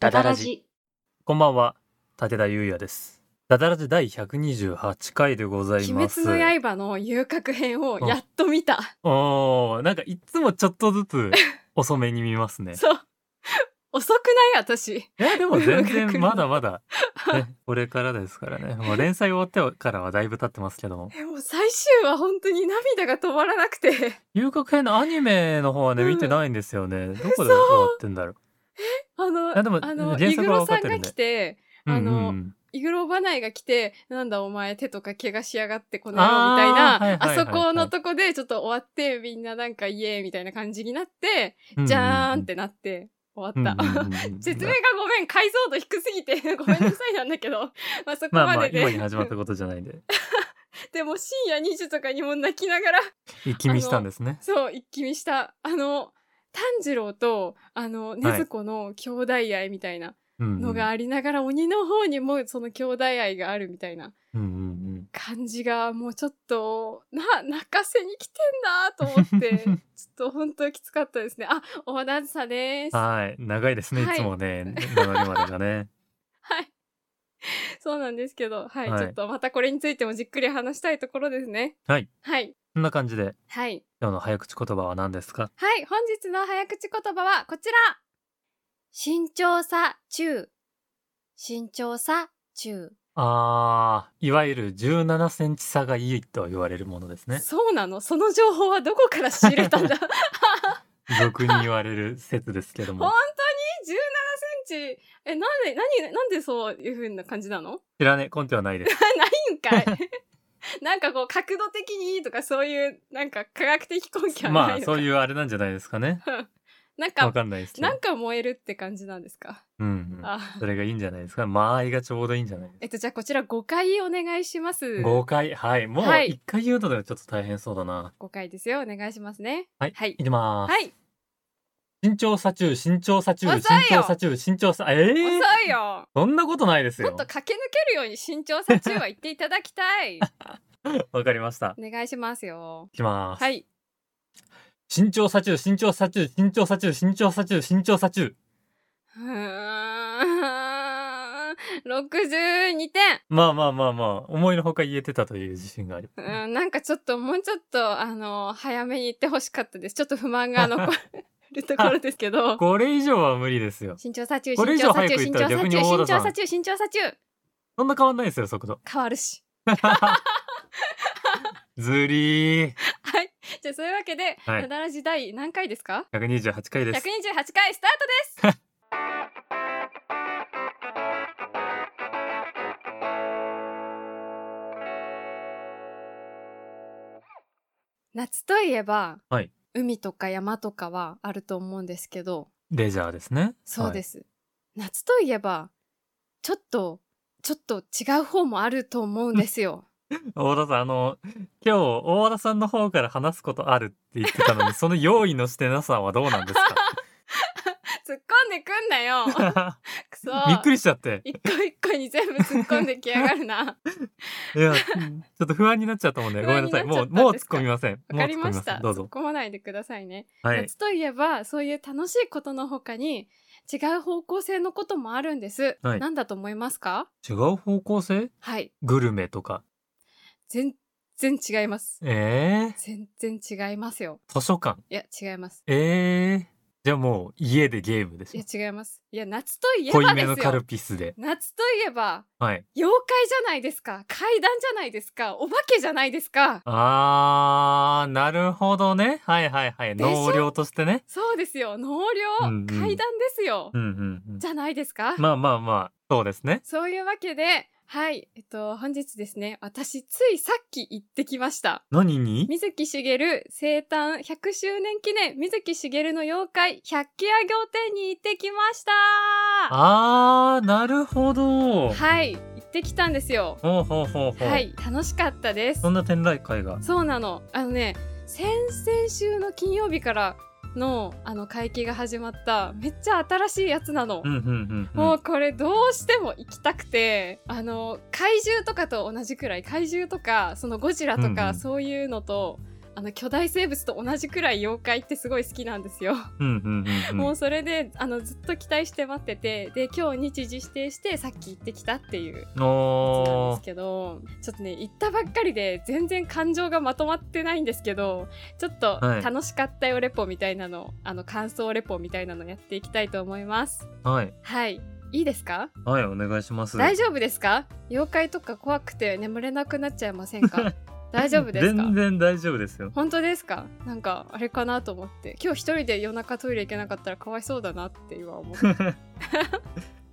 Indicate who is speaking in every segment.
Speaker 1: ダダラジ。
Speaker 2: こんばんは、武田優也です。ダダラジ第128回でござい
Speaker 3: 鬼
Speaker 2: ます。
Speaker 3: 滅の刃の遊郭編をやっと見た。
Speaker 2: おー、なんかいつもちょっとず つ遅めに見ますね。
Speaker 3: そう。 遅くない私。
Speaker 2: い や、でも全
Speaker 3: 文学
Speaker 2: 然
Speaker 3: に
Speaker 2: まだまだ、ね、これからですからね。もう連載終わってからはだいぶ経ってますけども。
Speaker 3: えもう最終話本当に涙が止まらなくて。 え、
Speaker 2: 遊郭編のアニメの方はね、
Speaker 3: うん
Speaker 2: 見てないんですよね。どこで終わってんだろう。
Speaker 3: あの、
Speaker 2: あでも
Speaker 3: あの、
Speaker 2: 原
Speaker 3: イ
Speaker 2: 作
Speaker 3: グ
Speaker 2: は
Speaker 3: ロ
Speaker 2: 分かっ
Speaker 3: さん
Speaker 2: てる
Speaker 3: が
Speaker 2: んで
Speaker 3: 来て、
Speaker 2: うん
Speaker 3: あ
Speaker 2: うん
Speaker 3: の
Speaker 2: うん
Speaker 3: イグロバナイが来て、なんだお前手とか怪我しやがってこの
Speaker 2: あー
Speaker 3: よみたい
Speaker 2: はいはい
Speaker 3: な、
Speaker 2: はいはい
Speaker 3: あそこのとこでちょっと終わって、みんななんかイエーイみたいな感じになって、
Speaker 2: うんうん
Speaker 3: じゃーんってなって終わった。
Speaker 2: うんうんうんうん
Speaker 3: 説明がごめん、解像度低すぎて、 ごめんなさいなんだけど、 まあそこ
Speaker 2: まあ
Speaker 3: ま
Speaker 2: まあ、
Speaker 3: でで。
Speaker 2: 今に始まったことじゃないん で、
Speaker 3: でも深夜2時とかにも泣きながら、
Speaker 2: 一気見したんですね。
Speaker 3: そう、一気見した。あの、炭治郎と、あの、禰豆子の兄弟愛みたいな
Speaker 2: うんうん
Speaker 3: のがありながら、鬼の方にもその兄弟愛があるみたいな
Speaker 2: うんうん
Speaker 3: 感じが、もうちょっと、な、泣かせに来てんなと思 って、ちょっと本当きつかったですね。あ、おはだずさで
Speaker 2: うん。
Speaker 3: す。は
Speaker 2: はい。長いですね、い
Speaker 3: はい
Speaker 2: つもね、名乗りまでがね。
Speaker 3: い。そうなんですけど、はい、
Speaker 2: はい
Speaker 3: ちょっとまたこれについてもじっくり話したいところですね。
Speaker 2: はい。
Speaker 3: はい。
Speaker 2: そんな感じで、
Speaker 3: はい。
Speaker 2: 今日の早口言葉は何ですか
Speaker 3: はい、本日の早口言葉はこちら慎重さ中慎重さ中、
Speaker 2: あー、いわゆる17センチ差がいいと言われるものですね。
Speaker 3: そうなのその情報はどこから仕入 れたんだ本
Speaker 2: 俗に言われる説ですけど
Speaker 3: 当に
Speaker 2: も。
Speaker 3: 17センチえ、なんで、何、なんでそういう風な感じなの
Speaker 2: 知らねえ、根拠はないです。
Speaker 3: ないん かいなんかこう角度的にいいとかそういうなんか科学的根拠は
Speaker 2: ま
Speaker 3: な
Speaker 2: あ、
Speaker 3: いのか、
Speaker 2: そういうあれなんじゃないですかね。
Speaker 3: なん
Speaker 2: わ
Speaker 3: か
Speaker 2: かんないですけど。
Speaker 3: なんか燃えるって感じなんですか、
Speaker 2: うんうん。
Speaker 3: あ
Speaker 2: それがいいんじゃないですか。間合いがちょうどいいんじゃない
Speaker 3: えっとじゃあこちら5回お願いします
Speaker 2: 5回。はい。もう
Speaker 3: はい
Speaker 2: 1回言うのではちょっと大変そうだな。
Speaker 3: 5回ですよお願いしますね
Speaker 2: はい
Speaker 3: はい
Speaker 2: い、きまーす。
Speaker 3: はい
Speaker 2: 身長差中、身長差中、
Speaker 3: 遅い
Speaker 2: 身長
Speaker 3: よ
Speaker 2: 差中、身長差、ええー、
Speaker 3: 遅いよ
Speaker 2: そんなことないです
Speaker 3: もっ
Speaker 2: よ
Speaker 3: と。駆け抜けるように慎重さ中は言っていただき たい
Speaker 2: わかりました。
Speaker 3: お願いしますよ
Speaker 2: いきます。
Speaker 3: はい
Speaker 2: 身長差中、身長差中、身長差中、身長差中、身長差中。
Speaker 3: うーん62点
Speaker 2: まあまあまあまあ、思いのほか言えてたという自信がある。
Speaker 3: うーんなんかちょっともうちょっとあの早めに言ってほしかったですちょっと不 満が残るところですけど
Speaker 2: これ以上は無理ですよ。
Speaker 3: 慎重さ中
Speaker 2: これ以
Speaker 3: 慎
Speaker 2: 上
Speaker 3: 重さ
Speaker 2: 早
Speaker 3: 中
Speaker 2: く言
Speaker 3: 慎
Speaker 2: ったら
Speaker 3: 重さ
Speaker 2: 逆
Speaker 3: 中
Speaker 2: に
Speaker 3: 慎
Speaker 2: 大
Speaker 3: 重
Speaker 2: 田さん
Speaker 3: さ中慎重さ中
Speaker 2: そんな変わんないですよ、速度。
Speaker 3: 変わるし
Speaker 2: ずりー。
Speaker 3: はいじゃあそういうわけで、
Speaker 2: はい
Speaker 3: なだらじ第何回ですか
Speaker 2: 128回で
Speaker 3: 128
Speaker 2: す。
Speaker 3: 回スタートです 夏といえば、
Speaker 2: はい
Speaker 3: 海とか山とかはあると思うんですけど
Speaker 2: レジャーですね。。
Speaker 3: そうですす、夏といえばちょっとちょっと違う方もあると思うんで すよ
Speaker 2: 大田さん、あの、今日、大田さんの方から話すことあるって言ってた のに、その用意のしてなさはどうなんです
Speaker 3: 突っ込んでくんなよ
Speaker 2: か
Speaker 3: くそ
Speaker 2: びっくりしちゃって。
Speaker 3: 一個一個に全部突っ込んできやが るな
Speaker 2: いや、ちょっと不安になっちゃったもんね。ご
Speaker 3: 不
Speaker 2: めん
Speaker 3: 安
Speaker 2: な
Speaker 3: に
Speaker 2: さ。
Speaker 3: ないっちゃった
Speaker 2: もう、
Speaker 3: んですか
Speaker 2: もう突っ込みません。
Speaker 3: わかりまし
Speaker 2: も
Speaker 3: た
Speaker 2: う突っ込みせんどう
Speaker 3: 突っ
Speaker 2: ぞ。
Speaker 3: 込まないでくださいね
Speaker 2: はい。
Speaker 3: 夏といえばそういう楽しいことの他に違う方向性のこともあるんです、
Speaker 2: はい
Speaker 3: 何だと思いますか
Speaker 2: 違う方向性
Speaker 3: はい
Speaker 2: グルメとか。
Speaker 3: 全然違います
Speaker 2: ええ
Speaker 3: 全然違いますよ
Speaker 2: 図書館。
Speaker 3: いや違います
Speaker 2: ええじゃあもう家でゲームで
Speaker 3: い
Speaker 2: しょ
Speaker 3: や。違いますいや夏といえ
Speaker 2: 濃い
Speaker 3: ば
Speaker 2: め
Speaker 3: で
Speaker 2: の
Speaker 3: す
Speaker 2: カル
Speaker 3: よ
Speaker 2: ピスで。
Speaker 3: 夏といえば
Speaker 2: はい。
Speaker 3: 妖怪じゃないですか怪談じゃないですかお化けじゃないですか
Speaker 2: あー、なるほどね。はいはいはい。
Speaker 3: でしょ
Speaker 2: 能量としてね。
Speaker 3: そうですよ納涼、
Speaker 2: うんうん
Speaker 3: 怪談ですよ、
Speaker 2: うんうんうん。
Speaker 3: じゃないですか
Speaker 2: まあまあまあ、そうですね。
Speaker 3: そういうわけで、はい、えっと、本日ですね、私、ついさっき行ってきました。
Speaker 2: 何に
Speaker 3: 水木しげる生誕100周年記念、水木しげるの妖怪、百鬼夜行展に行ってきました
Speaker 2: あー、なるほど。
Speaker 3: はい、行ってきたんですよ。
Speaker 2: ほうほうほうほう。
Speaker 3: はい、楽しかったです
Speaker 2: そ。んな展覧会が。
Speaker 3: そうなの。あのね、先々週の金曜日からの、あの、会期が始まった、めっちゃ新しいやつなの。
Speaker 2: うんうんうん、うん。
Speaker 3: もうこれどうしても行きたくてあの怪獣とかと同じくらい怪獣とかそのゴジラと
Speaker 2: うんう
Speaker 3: か
Speaker 2: ん
Speaker 3: そういうのと、あの巨大生物と同じくらい妖怪ってすごい好きなんですよ。
Speaker 2: うんうんうんうん
Speaker 3: もうそれであのずっと期待して待っててで今日日時指定してさっき行ってきたっていうやつなん
Speaker 2: お
Speaker 3: です
Speaker 2: ー
Speaker 3: けどちょっとね行ったばっかりで全然感情がまとまってないんですけどちょっと
Speaker 2: はい
Speaker 3: 楽しかったよレポみたいなの、あの感想レポみたいなのやっていきたいと思います
Speaker 2: はい
Speaker 3: はいいいですか
Speaker 2: はいお願いします
Speaker 3: 大丈夫ですか妖怪とか怖くて眠れなくなっちゃいませ んか大丈夫ですか
Speaker 2: 全然大丈夫ですよ
Speaker 3: 本当ですかなんかあれかなと思って今日一人で夜中トイレ行けなかったらかわいそうだなって今 思って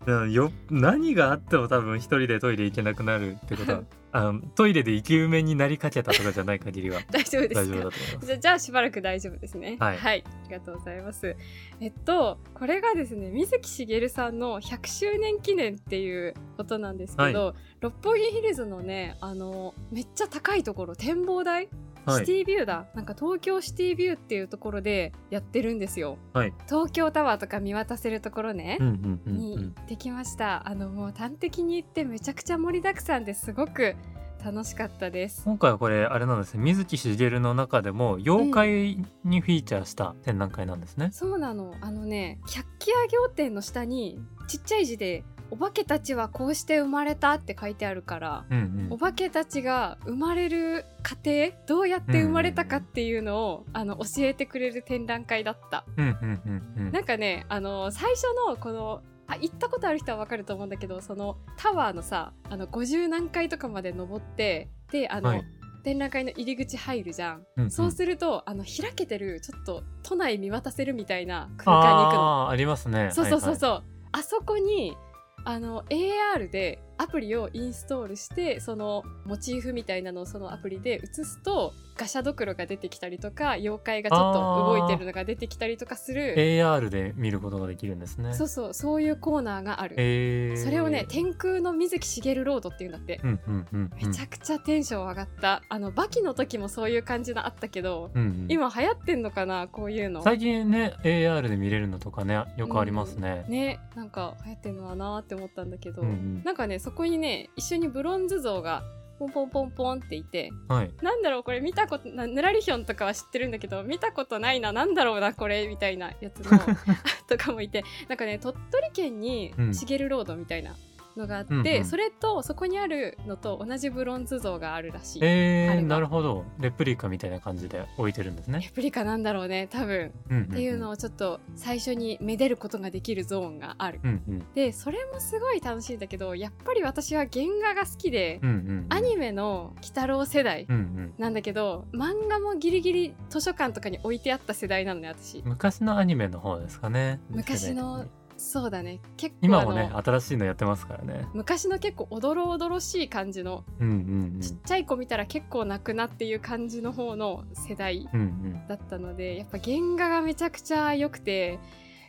Speaker 2: うんよ何があっても多分一人でトイレ行けなくなるってこと はあのトイレで生き埋めになりかけたとかじゃない限りは
Speaker 3: 大丈夫で
Speaker 2: 大
Speaker 3: す
Speaker 2: 丈
Speaker 3: か
Speaker 2: 夫だと思います
Speaker 3: じゃじゃあしばらく大丈夫ですね。
Speaker 2: はい
Speaker 3: ありがとうございます。えっとこれがですね水木しげるさんの100周年記念っていうことなんですけど、六本木ヒルズのねあのめっちゃ高いところ展望台、
Speaker 2: は
Speaker 3: シ
Speaker 2: い
Speaker 3: ティビューだなんか東京シティビューっていうところでやってるんですよ。
Speaker 2: はい
Speaker 3: 東京タワーとか見渡せるところね。
Speaker 2: うんうんうん
Speaker 3: に行ってきました。あのもう端的に行ってめちゃくちゃ盛りだくさんですごく楽しかったです。
Speaker 2: 今回はこれあれなんですね水木しげるの中でも妖怪にフィーチャーした展覧会なんですね、
Speaker 3: そうなのあのね百鬼夜行店の下にちっちゃい字で「お化けたちはこうして生まれた」って書いてあるから
Speaker 2: うんう
Speaker 3: お
Speaker 2: ん、
Speaker 3: 化けたちが生まれる過程どうやって生まれたかっていうのを、あの教えてくれる展覧会だった。
Speaker 2: うんうんうんうん
Speaker 3: なんかねあの最初のこのあ行ったことある人はわかると思うんだけどそのタワーのさあの50何階とかまで登ってであの、
Speaker 2: はい
Speaker 3: 展覧会の入り口入るじゃん。
Speaker 2: うんん
Speaker 3: そうすると、あの開けてるちょっと都内見渡せるみたいな空間に行くの。
Speaker 2: あーありますね
Speaker 3: そうそうそう
Speaker 2: う
Speaker 3: そう、あそこにあの AR でアプリをインストールしてそのモチーフみたいなのをそのアプリで写すとガシャドクロが出てきたりとか妖怪がちょっと動いてるのが出てきたりとかする
Speaker 2: AR で見ることができるんですね
Speaker 3: そうそうそういうコーナーがある、
Speaker 2: えー、
Speaker 3: それをね天空の水木しげるロードっていうんだって、
Speaker 2: うんうんうんうん
Speaker 3: めちゃくちゃテンション上がったあのバキの時もそういう感じのあったけど
Speaker 2: うんうん
Speaker 3: 今流行ってんのかなこういうの
Speaker 2: 最近ね AR で見れるのとかねよくありますね、
Speaker 3: ねなんか流行ってんのかなって思ったんだけど、
Speaker 2: うんうん
Speaker 3: なんかねそこにね一緒にブロンズ像がポンポンポンポンっていて
Speaker 2: はい
Speaker 3: なんだろうこれ見たことなぬらりひょんとかは知ってるんだけど見たことないななんだろうなこれみたいなやつの とかもいてなんかね鳥取県に
Speaker 2: うん
Speaker 3: しげるロードみたいなのがあって、
Speaker 2: うんうん
Speaker 3: それとそこにあるのと同じブロンズ像があるらしい。レ
Speaker 2: え
Speaker 3: あれ
Speaker 2: ー、
Speaker 3: が
Speaker 2: なるほどレプリカみたいな感じで置いてるんですね、
Speaker 3: プリカなんだろうね多分
Speaker 2: うんんん
Speaker 3: っていうのをちょっと最初にめでることができるゾーンがある
Speaker 2: うんうん
Speaker 3: でそれもすごい楽しいんだけどやっぱり私は原画が好きで、
Speaker 2: うんうん
Speaker 3: アニメの「鬼太郎」世代
Speaker 2: うんうん
Speaker 3: なんだけど漫画もギリギリ図書館とかに置いてあった世代なのね私
Speaker 2: 昔のアニメの方ですかね
Speaker 3: 昔のそうだね結構
Speaker 2: 今もね
Speaker 3: あの
Speaker 2: 新しいのやってますからね
Speaker 3: 昔の結構おどろおどろしい感じの
Speaker 2: うん
Speaker 3: ちっちゃい子見たら結構泣くなっていう感じの方の世代
Speaker 2: うんうんうん
Speaker 3: だったのでやっぱ原画がめちゃくちゃ良くて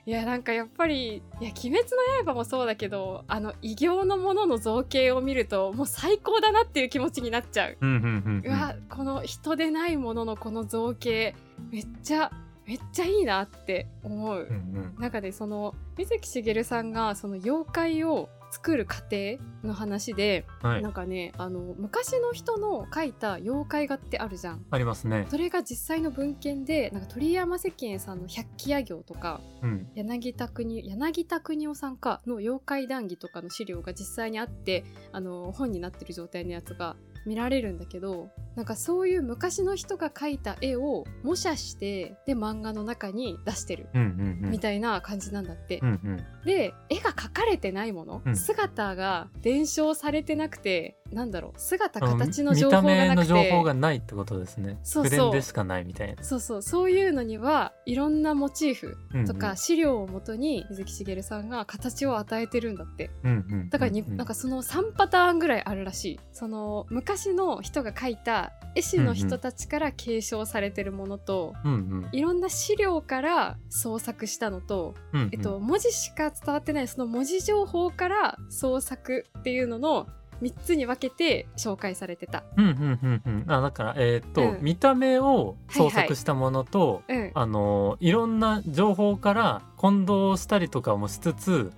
Speaker 3: いやなんかやっぱり「いや鬼滅の刃」もそうだけどあの異形のものの造形を見るともう最高だなっていう気持ちになっちゃう。
Speaker 2: うんうんうんうん
Speaker 3: うわこの人でないもののこの造形めっちゃめっちゃいいなって思う
Speaker 2: うんうん
Speaker 3: 中でその水木しげるさんがその妖怪を作る過程の話で、
Speaker 2: はい
Speaker 3: なんかねあの昔の人の描いた妖怪画ってあるじゃん。
Speaker 2: ありますね
Speaker 3: それが実際の文献でなんか鳥山石燕さんの「百鬼夜行」とか
Speaker 2: うん
Speaker 3: 柳田国柳田国夫さんかの妖怪談義とかの資料が実際にあってあの本になってる状態のやつが見られるんだけどなんかそういう昔の人が描いた絵を模写してで漫画の中に出してる。
Speaker 2: うんうんうん
Speaker 3: みたいな感じなんだって、
Speaker 2: うんうん
Speaker 3: で絵が描かれてないもの、
Speaker 2: うん
Speaker 3: 姿が伝承されてなくてなんだろう姿
Speaker 2: あの
Speaker 3: 形の情報がなく
Speaker 2: 見
Speaker 3: て
Speaker 2: た目の情報がないってことですね
Speaker 3: そうそう
Speaker 2: 筆でしかないみたいな
Speaker 3: そうそうそういうのにはいろんなモチーフ
Speaker 2: うんうん
Speaker 3: とか資料をもとに水木しげるさんが形を与えてるんだって
Speaker 2: うんうん
Speaker 3: だからに、
Speaker 2: うう
Speaker 3: なんかその3パターンぐらいあるらしいその昔の人が描いた絵師の人たちから継承されてるものと、
Speaker 2: うんうん
Speaker 3: いろんな資料から創作したのと、
Speaker 2: うんうん
Speaker 3: えっと、文字しか伝わってないその文字情報から創作っていうのの3つに分けて紹介されてた。
Speaker 2: うんうんうんうんあだからえーっと、
Speaker 3: うん
Speaker 2: 見た目を創
Speaker 3: はいは
Speaker 2: 作
Speaker 3: い
Speaker 2: したものと、
Speaker 3: うん、
Speaker 2: あのいろんな情報から混同したりとかもしつつ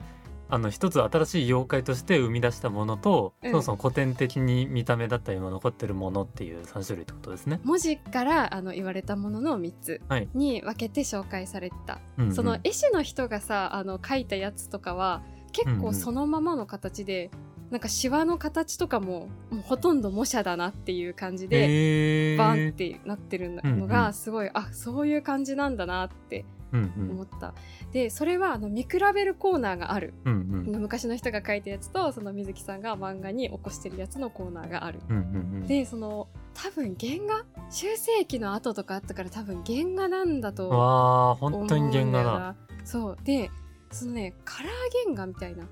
Speaker 2: あの一つ新しい妖怪として生み出したものと、
Speaker 3: うん
Speaker 2: そもそも古典的に見た目だったりも残ってるものっていう3種類ってことですね。
Speaker 3: 文字からあの言われたものの3つ
Speaker 2: はい
Speaker 3: に分けて紹介されてた、
Speaker 2: うんうん
Speaker 3: その絵師の人がさあの描いたやつとかは結
Speaker 2: うんう
Speaker 3: 構
Speaker 2: ん
Speaker 3: そのままの形で、なんかシワの形とかももうほとんど模写だなっていう感じで、
Speaker 2: えー
Speaker 3: バンってなってるの
Speaker 2: うんう
Speaker 3: が
Speaker 2: ん
Speaker 3: すごい、あそういう感じなんだなって
Speaker 2: うん
Speaker 3: 思った、でそれはあの見比べるコーナーがある
Speaker 2: うんうんうん
Speaker 3: 昔の人が描いたやつとその水木さんが漫画に起こしてるやつのコーナーがある
Speaker 2: うんうんうん
Speaker 3: でその多分原画修正期の後とかあったから多分原画なんだと思
Speaker 2: わあ
Speaker 3: うん
Speaker 2: 本
Speaker 3: だ
Speaker 2: 当
Speaker 3: よ
Speaker 2: に原画だ。
Speaker 3: なそうでそのねカラー原画みたいな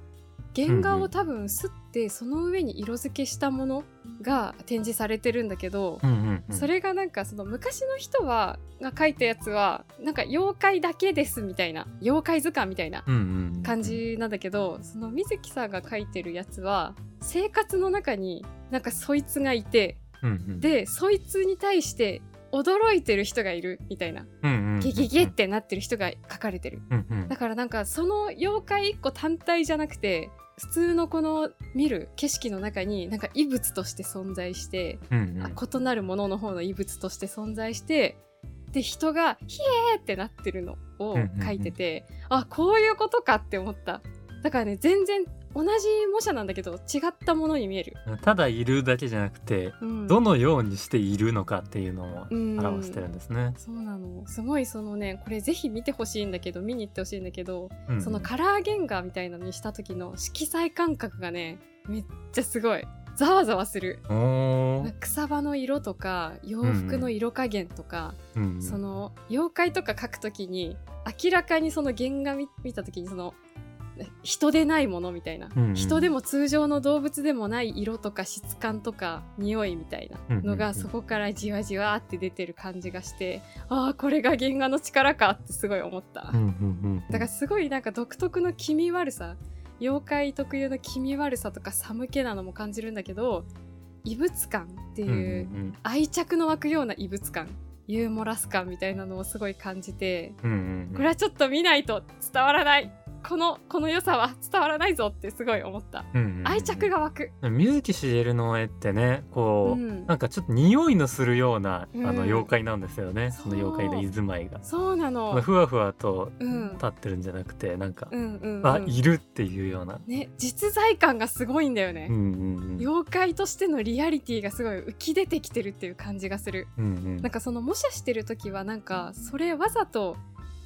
Speaker 3: 原画
Speaker 2: うんう
Speaker 3: を
Speaker 2: ん
Speaker 3: 多分すってその上に色付けしたものが展示されてるんだけど、
Speaker 2: うんうんうん
Speaker 3: それがなんかその昔の人はが描いたやつはなんか妖怪だけですみたいな妖怪図鑑みたいな
Speaker 2: うんうんうん
Speaker 3: 感じなんだけどその水木さんが描いてるやつは生活の中になんかそいつがいて
Speaker 2: うんうん
Speaker 3: でそいつに対して驚いてる人がいるみたいな
Speaker 2: うんうんうん
Speaker 3: ゲゲゲってなってる人が書かれてる
Speaker 2: うんうん
Speaker 3: だからなんかその妖怪一個単体じゃなくて普通のこの見る景色の中になんか異物として存在して、
Speaker 2: うんうん
Speaker 3: あ異なるものの方の異物として存在してで人が「ヒエー!」ってなってるのを書いてて、あこういうことかって思っただからね全然同じ模写なんだけど違ったものに見える、
Speaker 2: ただいるだけじゃなくて
Speaker 3: うん
Speaker 2: どのようにしているのかっていうのも表してるんですね。
Speaker 3: そうなのすごいそのねこれぜひ見てほしいんだけど見に行ってほしいんだけど、
Speaker 2: うんうん
Speaker 3: そのカラー原画みたいなのにした時の色彩感覚がねめっちゃすごいざわざわする
Speaker 2: お
Speaker 3: なん
Speaker 2: ー
Speaker 3: か草葉の色とか洋服の色加減とか、
Speaker 2: うんうん
Speaker 3: その妖怪とか描く時に明らかにその原画見見た時にその人でないものみたいな、
Speaker 2: うんうん
Speaker 3: 人でも通常の動物でもない色とか質感とか匂いみたいなの
Speaker 2: うんうんう
Speaker 3: が
Speaker 2: ん
Speaker 3: そこからじわじわって出てる感じがして、ああこれが原画の力かってすごい思った、
Speaker 2: うんうん
Speaker 3: だ
Speaker 2: うんうん
Speaker 3: からすごいなんか独特の気味悪さ妖怪特有の気味悪さとか寒気なのも感じるんだけど異物感って
Speaker 2: うんうん
Speaker 3: いう
Speaker 2: うん
Speaker 3: 愛着の湧くような異物感ユーモラス感みたいなのをすごい感じて
Speaker 2: うんうんうん
Speaker 3: これはちょっと見ないと伝わらないこのこの良さは伝わらないぞってすごい思った
Speaker 2: うんうんうん
Speaker 3: 愛着が湧く、
Speaker 2: 水木しげるの絵ってね
Speaker 3: う
Speaker 2: こう、
Speaker 3: ん、
Speaker 2: なんかちょっと匂いのするような、
Speaker 3: うん
Speaker 2: あの妖怪なんですよね
Speaker 3: そう
Speaker 2: その妖怪の居住まいが。
Speaker 3: そうな
Speaker 2: あの
Speaker 3: の
Speaker 2: ふわふわと
Speaker 3: うん
Speaker 2: 立ってるんじゃなくてなんか、
Speaker 3: うんうん、うん
Speaker 2: あいるっていうような、
Speaker 3: ね実在感がすごいんだよね
Speaker 2: うん、うんうん
Speaker 3: 妖怪としてのリアリティがすごい浮き出てきてるっていう感じがする
Speaker 2: うんうん
Speaker 3: なんかその模写してる時はなんかそれわざと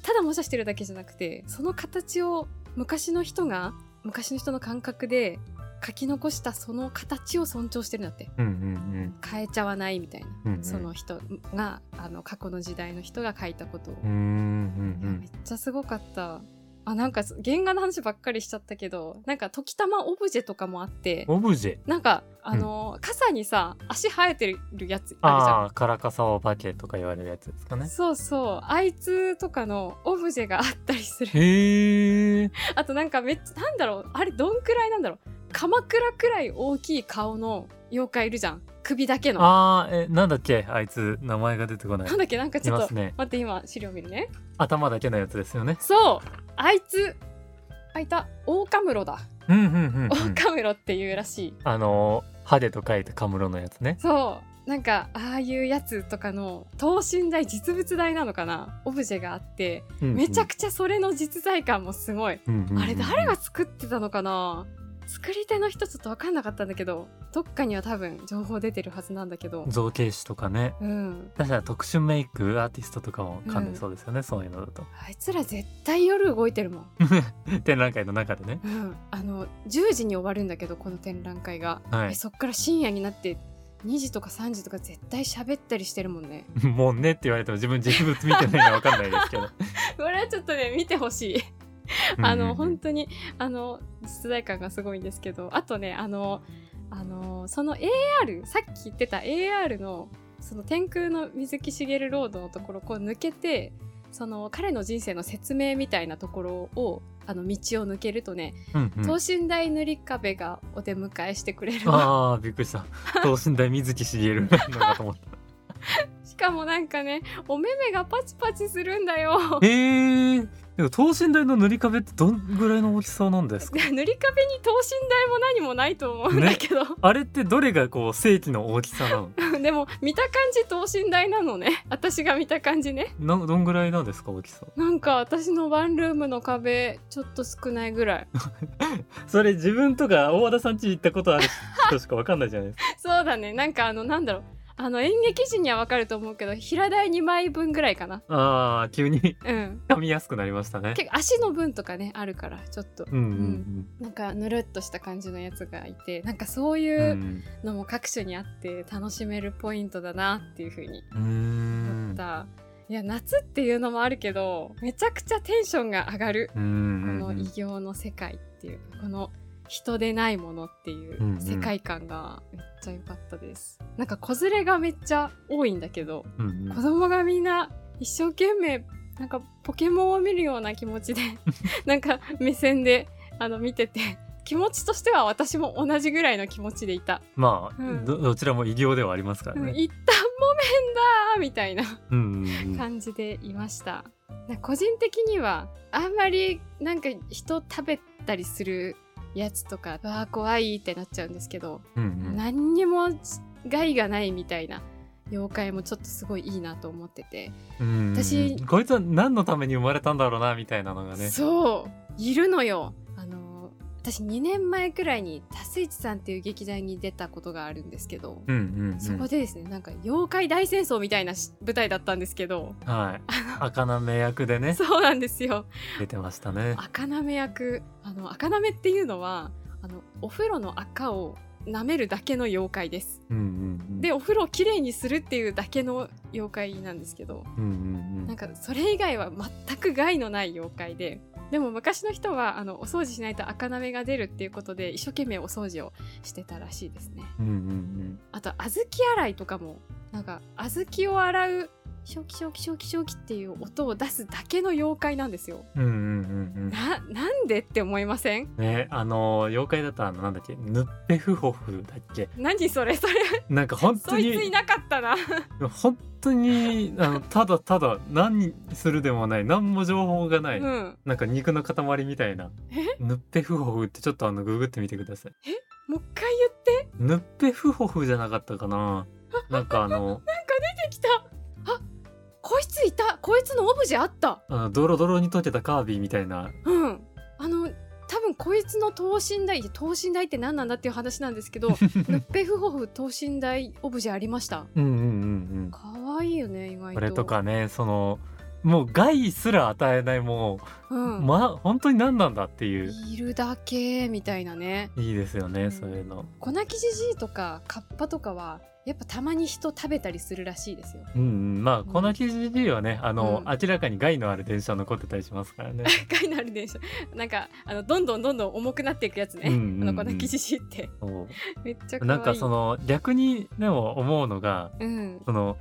Speaker 3: ただ模写してるだけじゃなくてその形を昔の人が昔の人の感覚で書き残したその形を尊重してるんだって
Speaker 2: うんうん
Speaker 3: 変えちゃわないみたいな、
Speaker 2: うんうん
Speaker 3: その人があの過去の時代の人が書いたことを、
Speaker 2: うんうん
Speaker 3: いやめっちゃすごかったあなんか原画の話ばっかりしちゃったけどなんか時たまオブジェとかもあって
Speaker 2: うんオブジェ
Speaker 3: なんかあの、傘にさ足生えてるやつあるじゃん
Speaker 2: ああーカラカサオバケとか言われるやつですかね
Speaker 3: そうそうあいつとかのオブジェがあったりする
Speaker 2: へえ
Speaker 3: あとなんかめっちゃなんだろうあれどんくらいなんだろう鎌倉くらい大きい顔の妖怪いるじゃん首だけの
Speaker 2: あーえなんだっけあいつ名前が出てこない
Speaker 3: なんだっけなんかち
Speaker 2: い
Speaker 3: ょっ
Speaker 2: ま
Speaker 3: と、
Speaker 2: すね
Speaker 3: 待って今資料見るね
Speaker 2: 頭だけのやつですよね
Speaker 3: そうあいつあいたオオカムロだ
Speaker 2: うんうんうん、うん
Speaker 3: オオカムロっていうらしい、
Speaker 2: あのハゲと書いてカムロのやつね
Speaker 3: そうなんかああいうやつとかの等身大実物大なのかなオブジェがあってめちゃ
Speaker 2: く
Speaker 3: くちゃそれの実在感もすごいあれ誰が作ってたのかな作り手の人ちょっと分かんなかったんだけどどっかには多分情報出てるはずなんだけど
Speaker 2: 造形師とかね
Speaker 3: うん
Speaker 2: 確かに特殊メイクアーティストとかも関連そうですよね、そういうのだと
Speaker 3: あいつら絶対夜動いてるもん、
Speaker 2: 展覧会の中でね
Speaker 3: うん、あの10時に終わるんだけどこの展覧会が、
Speaker 2: は
Speaker 3: えそっから深夜になって2時とか3時とか絶対喋ったりしてるもんね
Speaker 2: いもうねって言われても自分実物見てないからわかんないです けど
Speaker 3: これはちょっとね見てほしいあの本当にあの実在感がすごいんですけどあとねあのあのその AR さっき言ってた AR のその天空の水木しげるロードのところをこう抜けてその彼の人生の説明みたいなところをあの道を抜けるとね、
Speaker 2: 当に、うんうん
Speaker 3: 等身大塗り壁がお出迎えしてくれるの
Speaker 2: ああびっくりした等身大水木しげ るなのかと思っ
Speaker 3: しかもなんかねお目目がパチパチするんだよ
Speaker 2: たへえでも等身大の塗り壁ってどんぐらいの大きさなんですか
Speaker 3: 塗り壁に等身大も何もないと思うんだけど、
Speaker 2: あれってどれがこう正規の大きさな の
Speaker 3: でも見た感じ等身大なのね 私が見た感じね
Speaker 2: などんぐらいなんですか大きさ
Speaker 3: なんか私のワンルームの壁ちょっと少ないぐらい
Speaker 2: それ自分とか大和田さん家行ったことある人しかわかんないじゃないですか
Speaker 3: そうだねなんかあのなんだろうあの演劇時にはわかると思うけど平台2枚分ぐらいかな
Speaker 2: ああ急に
Speaker 3: うん
Speaker 2: 噛みやすくなりましたね
Speaker 3: 結構足の分とかねあるからちょっと
Speaker 2: うんうん
Speaker 3: なんかぬるっとした感じのやつがいてなんかそ
Speaker 2: うんう
Speaker 3: ういうんのも各所にあって楽しめるポイントだなっていうふうに
Speaker 2: うーん
Speaker 3: 思った、いや夏っていうのもあるけどめちゃくちゃテンションが上がる
Speaker 2: うんう
Speaker 3: こ
Speaker 2: んう
Speaker 3: の
Speaker 2: ん
Speaker 3: 異形の世界っていうこの人でないものってい
Speaker 2: んう
Speaker 3: うん世界観がめっちゃ良かったですなんか子連れがめっちゃ多いんだけど
Speaker 2: うんうん
Speaker 3: 子供がみんな一生懸命なんかポケモンを見るような気持 ちでなんか目線であの見てて気持ちとしては私も同じぐらいの気持ちでいた、
Speaker 2: まあ、
Speaker 3: うん
Speaker 2: どどちらも異形ではありますか
Speaker 3: う
Speaker 2: ら
Speaker 3: ん、
Speaker 2: ね
Speaker 3: 一旦もめんだーみたいな
Speaker 2: うんうんうん
Speaker 3: 感じでいました、なんか個人的にはあんまりなんか人食べたりするやつとかうわー怖いってなっちゃうんですけど、
Speaker 2: うんうん
Speaker 3: 何にも害がないみたいな妖怪もちょっとすごいいいなと思ってて、
Speaker 2: うん
Speaker 3: 私
Speaker 2: こいつは何のために生まれたんだろうなみたいなのがね
Speaker 3: そういるのよあの私2年前くらいに「タスイチさん」っていう劇団に出たことがあるんですけど、
Speaker 2: うんうんうん
Speaker 3: そこでですねなんか妖怪大戦争みたいなし舞台だったんですけど
Speaker 2: はい赤な目役でね
Speaker 3: そうなんですよ
Speaker 2: 出てましたね
Speaker 3: 赤なめ役あの赤なめっていうのはあのお風呂の赤を舐めるだけの妖怪です
Speaker 2: うんうん
Speaker 3: でお風呂をきれいにするっていうだけの妖怪なんですけど
Speaker 2: うんうんうん
Speaker 3: なんかそれ以外は全く害のない妖怪ででも昔の人はあのお掃除しないと赤なめが出るっていうことで一生懸命お掃除をしてたらしいですね
Speaker 2: うんうん
Speaker 3: あと小豆洗いとかもなんか小豆を洗うショキショキショキショキっていう音を出すだけの妖怪なんですよ
Speaker 2: うんうんうんうんうん
Speaker 3: ななんでって思いません
Speaker 2: ねあの妖怪だったらなんだっけヌッペフホフだっ け
Speaker 3: 何それそれ
Speaker 2: なんか本当
Speaker 3: そいつい
Speaker 2: に
Speaker 3: なかったな
Speaker 2: 本当にあのただただ何するでもない何も情報がない、
Speaker 3: うん
Speaker 2: なんか肉の塊みたいな
Speaker 3: え
Speaker 2: ヌッペフホフってちょっとあのググってみてください
Speaker 3: もう一回言って
Speaker 2: ヌッペフホフじゃなかったかななんかあの
Speaker 3: 出てきたあこいついたこいつのオブジェあった
Speaker 2: あのドロドロに溶けたカービィみたいな
Speaker 3: うん、あの多分こいつの等身大等身大って何なんだっていう話なんですけ どヌッペフホフ等身大オブジェありました
Speaker 2: うんうんうんうん
Speaker 3: 可愛いよね意外と
Speaker 2: これとかねそのもう害すら与えないも
Speaker 3: う
Speaker 2: う、
Speaker 3: ん、
Speaker 2: ま本当に何なんだっていう
Speaker 3: いるだけみたいなね
Speaker 2: いいですよねそういうの
Speaker 3: 粉木じじいとかカッパとかはやっぱたまに人食べたりするらし いですよ
Speaker 2: うんうん、まあ
Speaker 3: ん
Speaker 2: この TGD はねあの、
Speaker 3: うん
Speaker 2: 明らかに害のある電車残ってたりしますから ね
Speaker 3: 害のある電車なんかあのどんどんどんどん重くなっていくやつね、
Speaker 2: うんうんうん
Speaker 3: あの粉木じじいって
Speaker 2: そ
Speaker 3: めっちゃ可
Speaker 2: う
Speaker 3: 愛
Speaker 2: な
Speaker 3: い
Speaker 2: んかその逆にでも思うのが
Speaker 3: うん
Speaker 2: その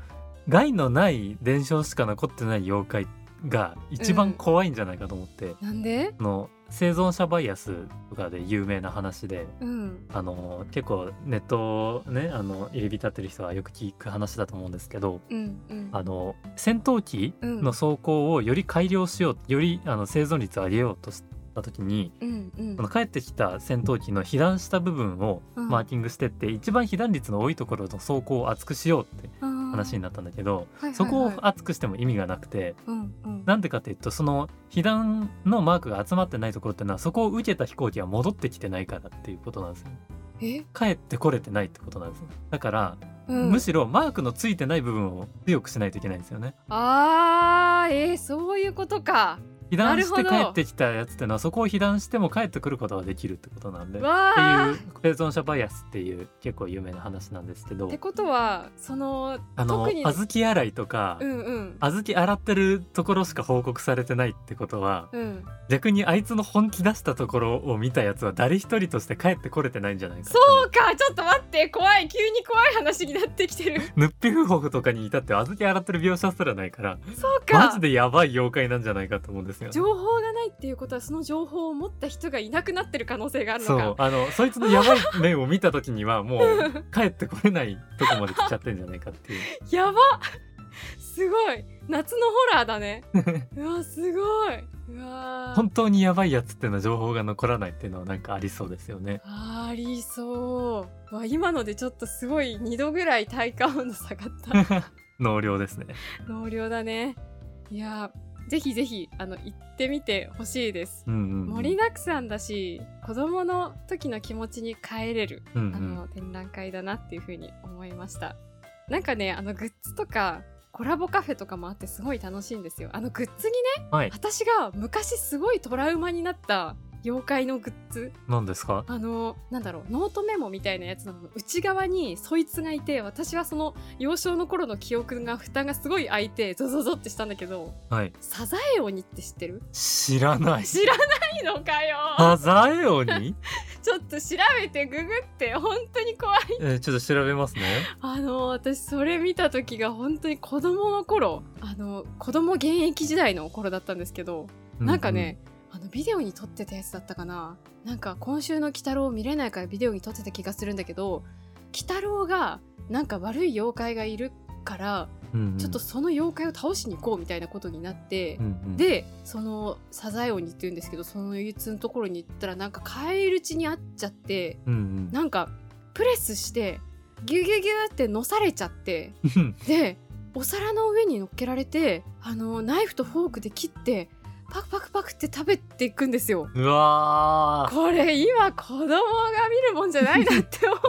Speaker 2: 害のない伝承しか残ってない妖怪が一番怖いんじゃないかと思って、
Speaker 3: なんで
Speaker 2: その生存者バイアスとかで有名な話で
Speaker 3: うん
Speaker 2: あの結構ネットをねあの入り浸ってる人はよく聞く話だと思うんですけど
Speaker 3: うんうん
Speaker 2: あの戦闘機
Speaker 3: うん
Speaker 2: の走行をより改良しようよりあの生存率を上げようとした時に
Speaker 3: うんうん
Speaker 2: その帰ってきた戦闘機の被弾した部分を
Speaker 3: うん
Speaker 2: マーキングしてって、一番被弾率の多いところの走行を厚くしようって話に
Speaker 3: な
Speaker 2: なったんだけど、
Speaker 3: はいはいはい
Speaker 2: そこを厚くしても意味がなくて
Speaker 3: うんうん
Speaker 2: なんでかっていうとその被弾のマークが集まってないところっていうのはそこを受けた飛行機は戻ってきてないからっていうことなんですよ。
Speaker 3: え、
Speaker 2: 帰ってこれてないってことなんですよ。だから、
Speaker 3: うん、
Speaker 2: むしろマークのついてない部分を強くしないといけないんですよね。
Speaker 3: あーえー、そういうことか
Speaker 2: 被弾して
Speaker 3: な
Speaker 2: 帰
Speaker 3: るほど
Speaker 2: ってきたやつってのはそこを被弾しても帰ってくることができるってことなんで。って
Speaker 3: わ
Speaker 2: い
Speaker 3: ー
Speaker 2: う生存者バイアスっていう結構有名な話なんですけど
Speaker 3: ってことはその
Speaker 2: あの
Speaker 3: 特に
Speaker 2: 小豆洗いとか、
Speaker 3: うんうん
Speaker 2: 小豆洗ってるところしか報告されてないってことは
Speaker 3: うん
Speaker 2: 逆にあいつの本気出したところを見たやつは誰一人として帰ってこれてないんじゃないか
Speaker 3: そうかちょっと待って怖い急に怖い話になってきて る
Speaker 2: ヌッピフホフとかに至っては小豆洗ってる描写すらないから
Speaker 3: そうか
Speaker 2: マジでやばい妖怪なんじゃないかと思うんですよね、
Speaker 3: 情報がないっていうことはその情報を持った人がいなくなってる可能性がある
Speaker 2: そ
Speaker 3: の
Speaker 2: う
Speaker 3: か
Speaker 2: あのそいつのやばい面を見た時にはも う帰ってこれないとこまで来ちゃってんじゃないかっていう
Speaker 3: やばすごい夏のホラーだねうわすごいうわー
Speaker 2: 本当にやばいやつっていうのは情報が残らないっていうのはなんかありそうですよ ね。
Speaker 3: ありそうわ今のでちょっとすごい2度ぐらい体感温度下がった
Speaker 2: 納涼ですね。
Speaker 3: 納涼だねいやーぜひぜひあの行ってみてほしいです
Speaker 2: うんうん、
Speaker 3: 盛りだくさんだし子供の時の気持ちに帰れる
Speaker 2: うんう
Speaker 3: あ
Speaker 2: ん
Speaker 3: の展覧会だなっていうふうに思いましたなんかねあのグッズとかコラボカフェとかもあってすごい楽しいんですよあのグッズにね
Speaker 2: はい。
Speaker 3: 私が昔すごいトラウマになった妖怪のグッズ
Speaker 2: 何ですか
Speaker 3: あのなんだろうノートメモみたいなやつの内側にそいつがいて私はその幼少の頃の記憶が蓋がすごい開いてゾゾゾってしたんだけど
Speaker 2: はい。
Speaker 3: サザエ鬼って知ってる
Speaker 2: 知らない。
Speaker 3: 知らないのかよ
Speaker 2: サザエ 鬼
Speaker 3: ちょっと調べてググって本当に怖い
Speaker 2: えーちょっと調べますね。
Speaker 3: あの私それ見た時が本当に子供の頃あの子供現役時代の頃だったんですけど、
Speaker 2: うう
Speaker 3: なんかね。あのビデオに撮ってたやつだったかななんか今週の鬼太郎見れないからビデオに撮ってた気がするんだけど鬼太郎がなんか悪い妖怪がいるから
Speaker 2: うんうん
Speaker 3: ちょっと、その妖怪を倒しに行こうみたいなことになって
Speaker 2: う、んうん、
Speaker 3: でそのサザエ鬼って言うんですけどその憂鬱のところに行ったらなんか返り討ちにあっちゃって
Speaker 2: うん
Speaker 3: なんかプレスしてギュギュギュってのされちゃって
Speaker 2: うん、
Speaker 3: でお皿の上に乗っけられてあのナイフとフォークで切ってパクパクパクって食べていくんですよ。
Speaker 2: うわ
Speaker 3: これ今子供が見るもんじゃないなっ て思う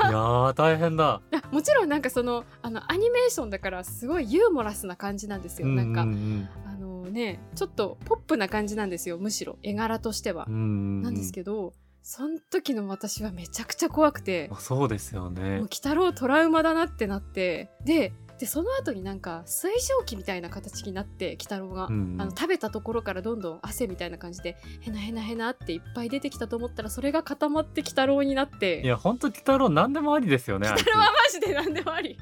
Speaker 2: ーいやー大変だ。
Speaker 3: あもちろんなんかそのあのアニメーションだからすごいユーモラスな感じなんですよなんか、
Speaker 2: うんうん
Speaker 3: あのねちょっとポップな感じなんですよむしろ絵柄としては
Speaker 2: う、んうん、
Speaker 3: なんですけどその時の私はめちゃくちゃ怖くて
Speaker 2: まあ、そうですよ
Speaker 3: も
Speaker 2: ね
Speaker 3: う鬼。太郎トラウマだなってなってででその後になんか水蒸気みたいな形になって鬼太郎が、
Speaker 2: うんうん
Speaker 3: あの食べたところからどんどん汗みたいな感じでへなへなへなっていっぱい出てきたと思ったらそれが固まって鬼太郎になって
Speaker 2: いや本当鬼太郎何でもありですよね。
Speaker 3: 鬼太郎はマジで何でもあり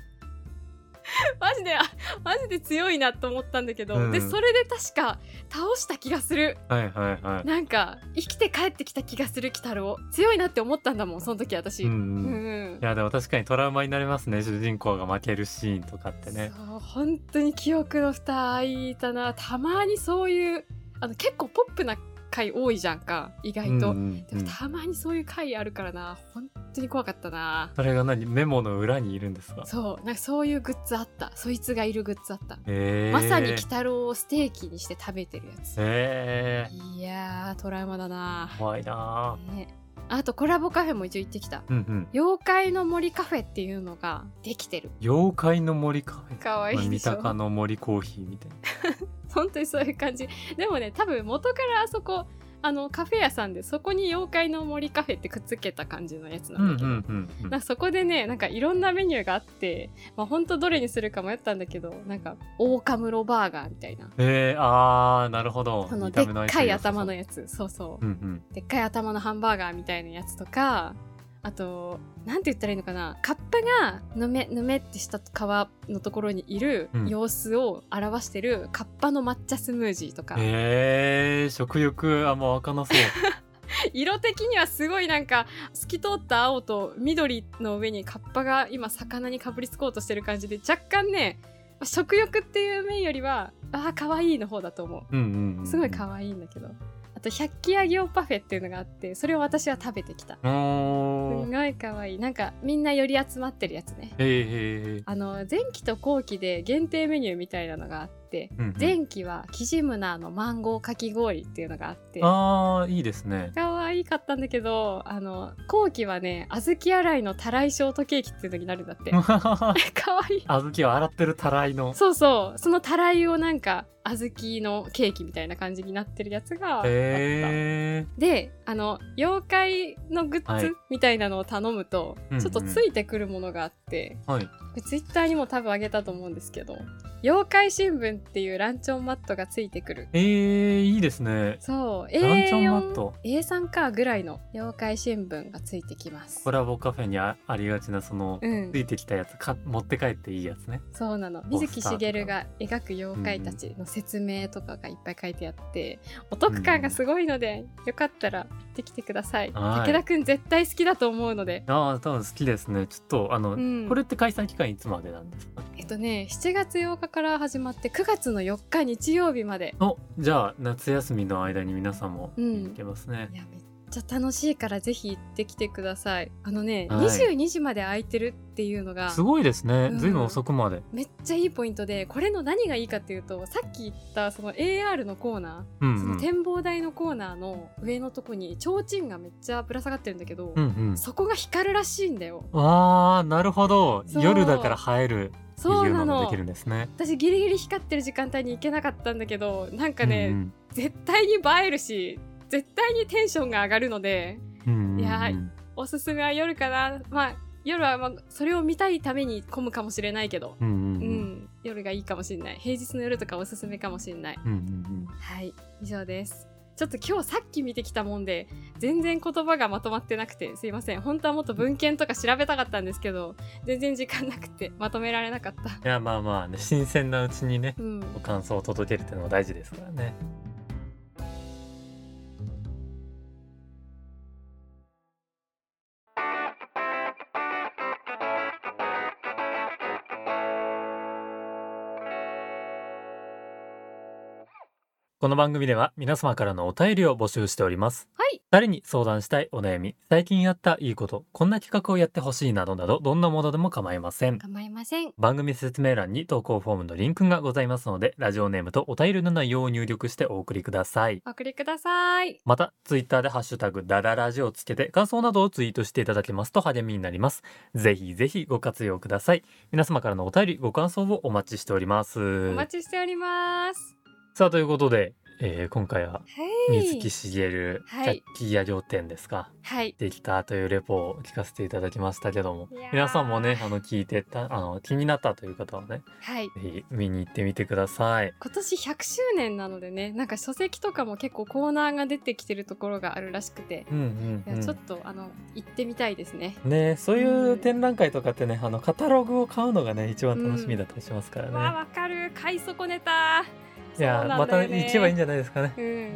Speaker 3: マジであマジで強いなと思ったんだけど、
Speaker 2: うん
Speaker 3: でそれで確か倒した気がする
Speaker 2: あいつはいはいはい。
Speaker 3: なんか生きて帰ってきた気がする鬼太郎強いなって思ったんだもんその時私、
Speaker 2: うん
Speaker 3: う
Speaker 2: うんん、いやでも確かにトラウマになりますね主人公が負けるシーンとかってね。
Speaker 3: そう本当に記憶の蓋開いたなたまにそういうあの結構ポップな回多いじゃんか意外と、
Speaker 2: うんうんう
Speaker 3: で
Speaker 2: ん
Speaker 3: もたまにそういう回あるからな本当に怖かったな
Speaker 2: それが何メモの裏にいるんですか。
Speaker 3: そうなんかそういうグッズあったそいつがいるグッズあった、
Speaker 2: えー、
Speaker 3: まさに鬼太郎をステーキにして食べてるやつ、
Speaker 2: え
Speaker 3: いやートラウマだな
Speaker 2: ー、、怖いな
Speaker 3: ね、あとコラボカフェも一応行ってきた
Speaker 2: ー。うんうん。
Speaker 3: 妖怪の森カフェっていうのができてる
Speaker 2: 妖怪の森カフェ。
Speaker 3: かわい
Speaker 2: まあ
Speaker 3: いで
Speaker 2: 三
Speaker 3: しょ、
Speaker 2: 鷹の森コーヒーみたいな。
Speaker 3: 本当にそういう感じでもね多分元からあそこあのカフェ屋さんでそこに妖怪の森カフェってくっつけた感じのやつな
Speaker 2: うんんう
Speaker 3: だけど、
Speaker 2: んうんうん。
Speaker 3: なんかそこでねなんかいろんなメニューがあって、まあ、本当どれにするか迷ったんだけどなんかオオカムロバーガーみたいな
Speaker 2: えー、あーなるほど。
Speaker 3: その
Speaker 2: 見
Speaker 3: で
Speaker 2: た
Speaker 3: っ
Speaker 2: 目の
Speaker 3: かい頭の
Speaker 2: や
Speaker 3: やつそうそう
Speaker 2: つ。うんうん。
Speaker 3: でっかい頭のハンバーガーみたいなやつとかあとなんて言ったらいいのかなカップがぬめぬめってした皮のところにいる
Speaker 2: うん
Speaker 3: 様子を表してるカッパの抹茶スムージーとか、
Speaker 2: えー、食欲あんまわかなそう。
Speaker 3: 色的にはすごいなんか透き通った青と緑の上にカッパが今魚にかぶりつこうとしてる感じで若干ね食欲っていう面よりはああ可愛いの方だと思
Speaker 2: うんうん、う。
Speaker 3: うんすごい可愛いんだけどあと百鬼夜行パフェっていうのがあってそれを私は食べてきた
Speaker 2: お
Speaker 3: す
Speaker 2: ー。
Speaker 3: ごい可愛いなんかみんな寄り集まってるやつね
Speaker 2: えー、えー
Speaker 3: あの前期と後期で限定メニューみたいなのがあって
Speaker 2: うんうん。
Speaker 3: 前期はキジムナーのマンゴーかき氷っていうのがあって
Speaker 2: あーいいですね。
Speaker 3: 可愛かったんだけどあの後期はね小豆洗いのたらいショートケーキっていうのになるんだって 可愛い
Speaker 2: 小豆を洗ってるたらいの。
Speaker 3: そうそうそのたらいをなんか小豆のケーキみたいな感じになってるやつがあった、
Speaker 2: へえ
Speaker 3: であの妖怪のグッ
Speaker 2: はい
Speaker 3: ズみたいなのを頼むと、
Speaker 2: うんうん
Speaker 3: ちょっとついてくるものがあって、
Speaker 2: ー。はい。
Speaker 3: これツイッターにも多分あげたと思うんですけど妖怪新聞っていうランチョンマットがついてくる
Speaker 2: えー、いいですね。
Speaker 3: そう
Speaker 2: ランチョンマット
Speaker 3: A4 A3 かぐらいの妖怪新聞がついてきます
Speaker 2: コラボカフェにあありがちなその、
Speaker 3: うん
Speaker 2: ついてきたやつか持って帰っていいやつね。
Speaker 3: そうなの
Speaker 2: ポ
Speaker 3: 水
Speaker 2: ス
Speaker 3: 木
Speaker 2: ターと
Speaker 3: し
Speaker 2: か
Speaker 3: げるが描く妖怪たちの説明とかがいっぱい書いてあって、お得感がすごいので、よかったら行ってきてください
Speaker 2: はい
Speaker 3: 武田くん絶対好きだと思うので
Speaker 2: ああ多分好きですね。ちょっとあの、
Speaker 3: うん
Speaker 2: これって開催期間いつまでなんですか。
Speaker 3: えっとね7月8日日から始まって9月の4日日曜日まで
Speaker 2: おじゃあ夏休みの間に皆さんも
Speaker 3: うん
Speaker 2: 行けますね
Speaker 3: い、やめっちゃ楽しいからぜひ行ってきてくださいあのね、
Speaker 2: はい
Speaker 3: 22時まで空いてるっていうのが
Speaker 2: すごいですね、
Speaker 3: うん
Speaker 2: ずいぶん遅くまで
Speaker 3: めっちゃいいポイントでこれの何がいいかっていうとさっき言ったその AR のコーナ
Speaker 2: うん
Speaker 3: ー、
Speaker 2: う
Speaker 3: その
Speaker 2: ん
Speaker 3: 展望台のコーナーの上のとこに提灯がめっちゃぶら下がってるんだけど、
Speaker 2: うんうん
Speaker 3: そこが光るらしいんだよ
Speaker 2: あーなるほど
Speaker 3: そう
Speaker 2: 夜だから映えるって
Speaker 3: そ
Speaker 2: いうう
Speaker 3: な
Speaker 2: のがで
Speaker 3: の
Speaker 2: きるんですね
Speaker 3: 私ギリギリ光ってる時間帯に行けなかったんだけどなんかね、
Speaker 2: うん
Speaker 3: 絶対に映えるし絶対にテンションが上がるので
Speaker 2: うんうんうん
Speaker 3: いやーおすすめは夜かなまあ夜はまあそれを見たいために混むかもしれないけど、
Speaker 2: うんうんう
Speaker 3: うんん、夜がいいかもしれない平日の夜とかおすすめかもしれない
Speaker 2: うんうん
Speaker 3: はい以上ですちょっと今日さっき見てきたもんで全然言葉がまとまってなくてすいません本当はもっと文献とか調べたかったんですけど全然時間なくてまとめられなかった
Speaker 2: いやまあまあね新鮮なうちにね
Speaker 3: うん
Speaker 2: ご感想を届けるっていうのは大事ですからねこの番組では皆様からのお便りを募集しております。
Speaker 3: はい。
Speaker 2: 誰に相談したいお悩み、最近あったいいこと、こんな企画をやってほしいなどなど、どんなものでも構いません。
Speaker 3: 構いません
Speaker 2: 番組説明欄に投稿フォームのリンクがございますのでラジオネームとお便りの内容を入力してお送りください
Speaker 3: お送りください
Speaker 2: またツイッターでハッシュタグダダラジオをつけて感想などをツイートしていただけますと励みになりますぜひぜひご活用ください皆様からのお便りご感想をお待ちしておりま
Speaker 3: お
Speaker 2: す
Speaker 3: 待ちしております
Speaker 2: さあということで、えー今回は
Speaker 3: はい
Speaker 2: 水木しげる、
Speaker 3: はい
Speaker 2: ジャッキーや両店ですか
Speaker 3: はい
Speaker 2: できたというレポを聞かせていただきましたけども
Speaker 3: いやー
Speaker 2: 皆さんもねあの聞いてたあの気になったという方はね
Speaker 3: はい
Speaker 2: ぜひ見に行ってみてください
Speaker 3: 今年100周年なのでねなんか書籍とかも結構コーナーが出てきてるところがあるらしくて、
Speaker 2: うんうん
Speaker 3: いや
Speaker 2: うん
Speaker 3: ちょっとあの行ってみたいですね。
Speaker 2: ねそういううん展覧会とかってねあのカタログを買うのがね一番楽しみだったりしますからね、
Speaker 3: わあわかる買い損ねた
Speaker 2: いや
Speaker 3: そうなんだよね
Speaker 2: また行けばいいんじゃないですかね、
Speaker 3: うん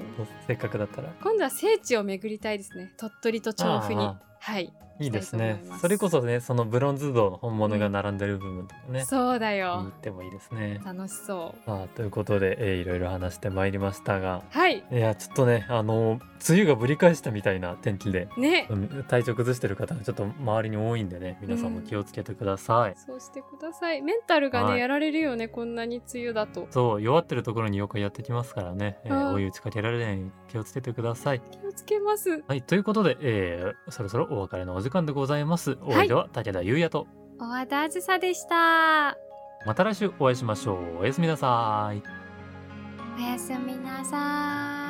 Speaker 2: せっかくだったら
Speaker 3: 今度は聖地を巡りたいですね鳥取と調布に
Speaker 2: あ
Speaker 3: はい
Speaker 2: いいです
Speaker 3: 行きたい
Speaker 2: ね
Speaker 3: と思います
Speaker 2: それこそねそのブロンズ像の本物が並んでる部分とかね、
Speaker 3: そうだ
Speaker 2: 見に行
Speaker 3: よ
Speaker 2: ってもいいですね
Speaker 3: 楽しそ
Speaker 2: さあということで、えーいろいろ話してまいりましたが
Speaker 3: うはい
Speaker 2: いやちょっとねあの梅雨がぶり返したみたいな天気で
Speaker 3: ね
Speaker 2: うん体調崩してる方がちょっと周りに多いんでね皆さんも気をつけてください、
Speaker 3: そうしてくださいメンタルがね、
Speaker 2: はい
Speaker 3: やられるよねこんなに梅雨だと
Speaker 2: そう弱ってるところに妖怪やってきますからね、えー
Speaker 3: はい
Speaker 2: 追い打ちかけられないように気をつけてください。
Speaker 3: 気をつけます
Speaker 2: はいということで、えーそろそろお別れのお時間でございます。お相手は武田優也と、
Speaker 3: お和田あずさでした
Speaker 2: また来週お会いしましょう。おやすみなさい。
Speaker 3: おやすみなさい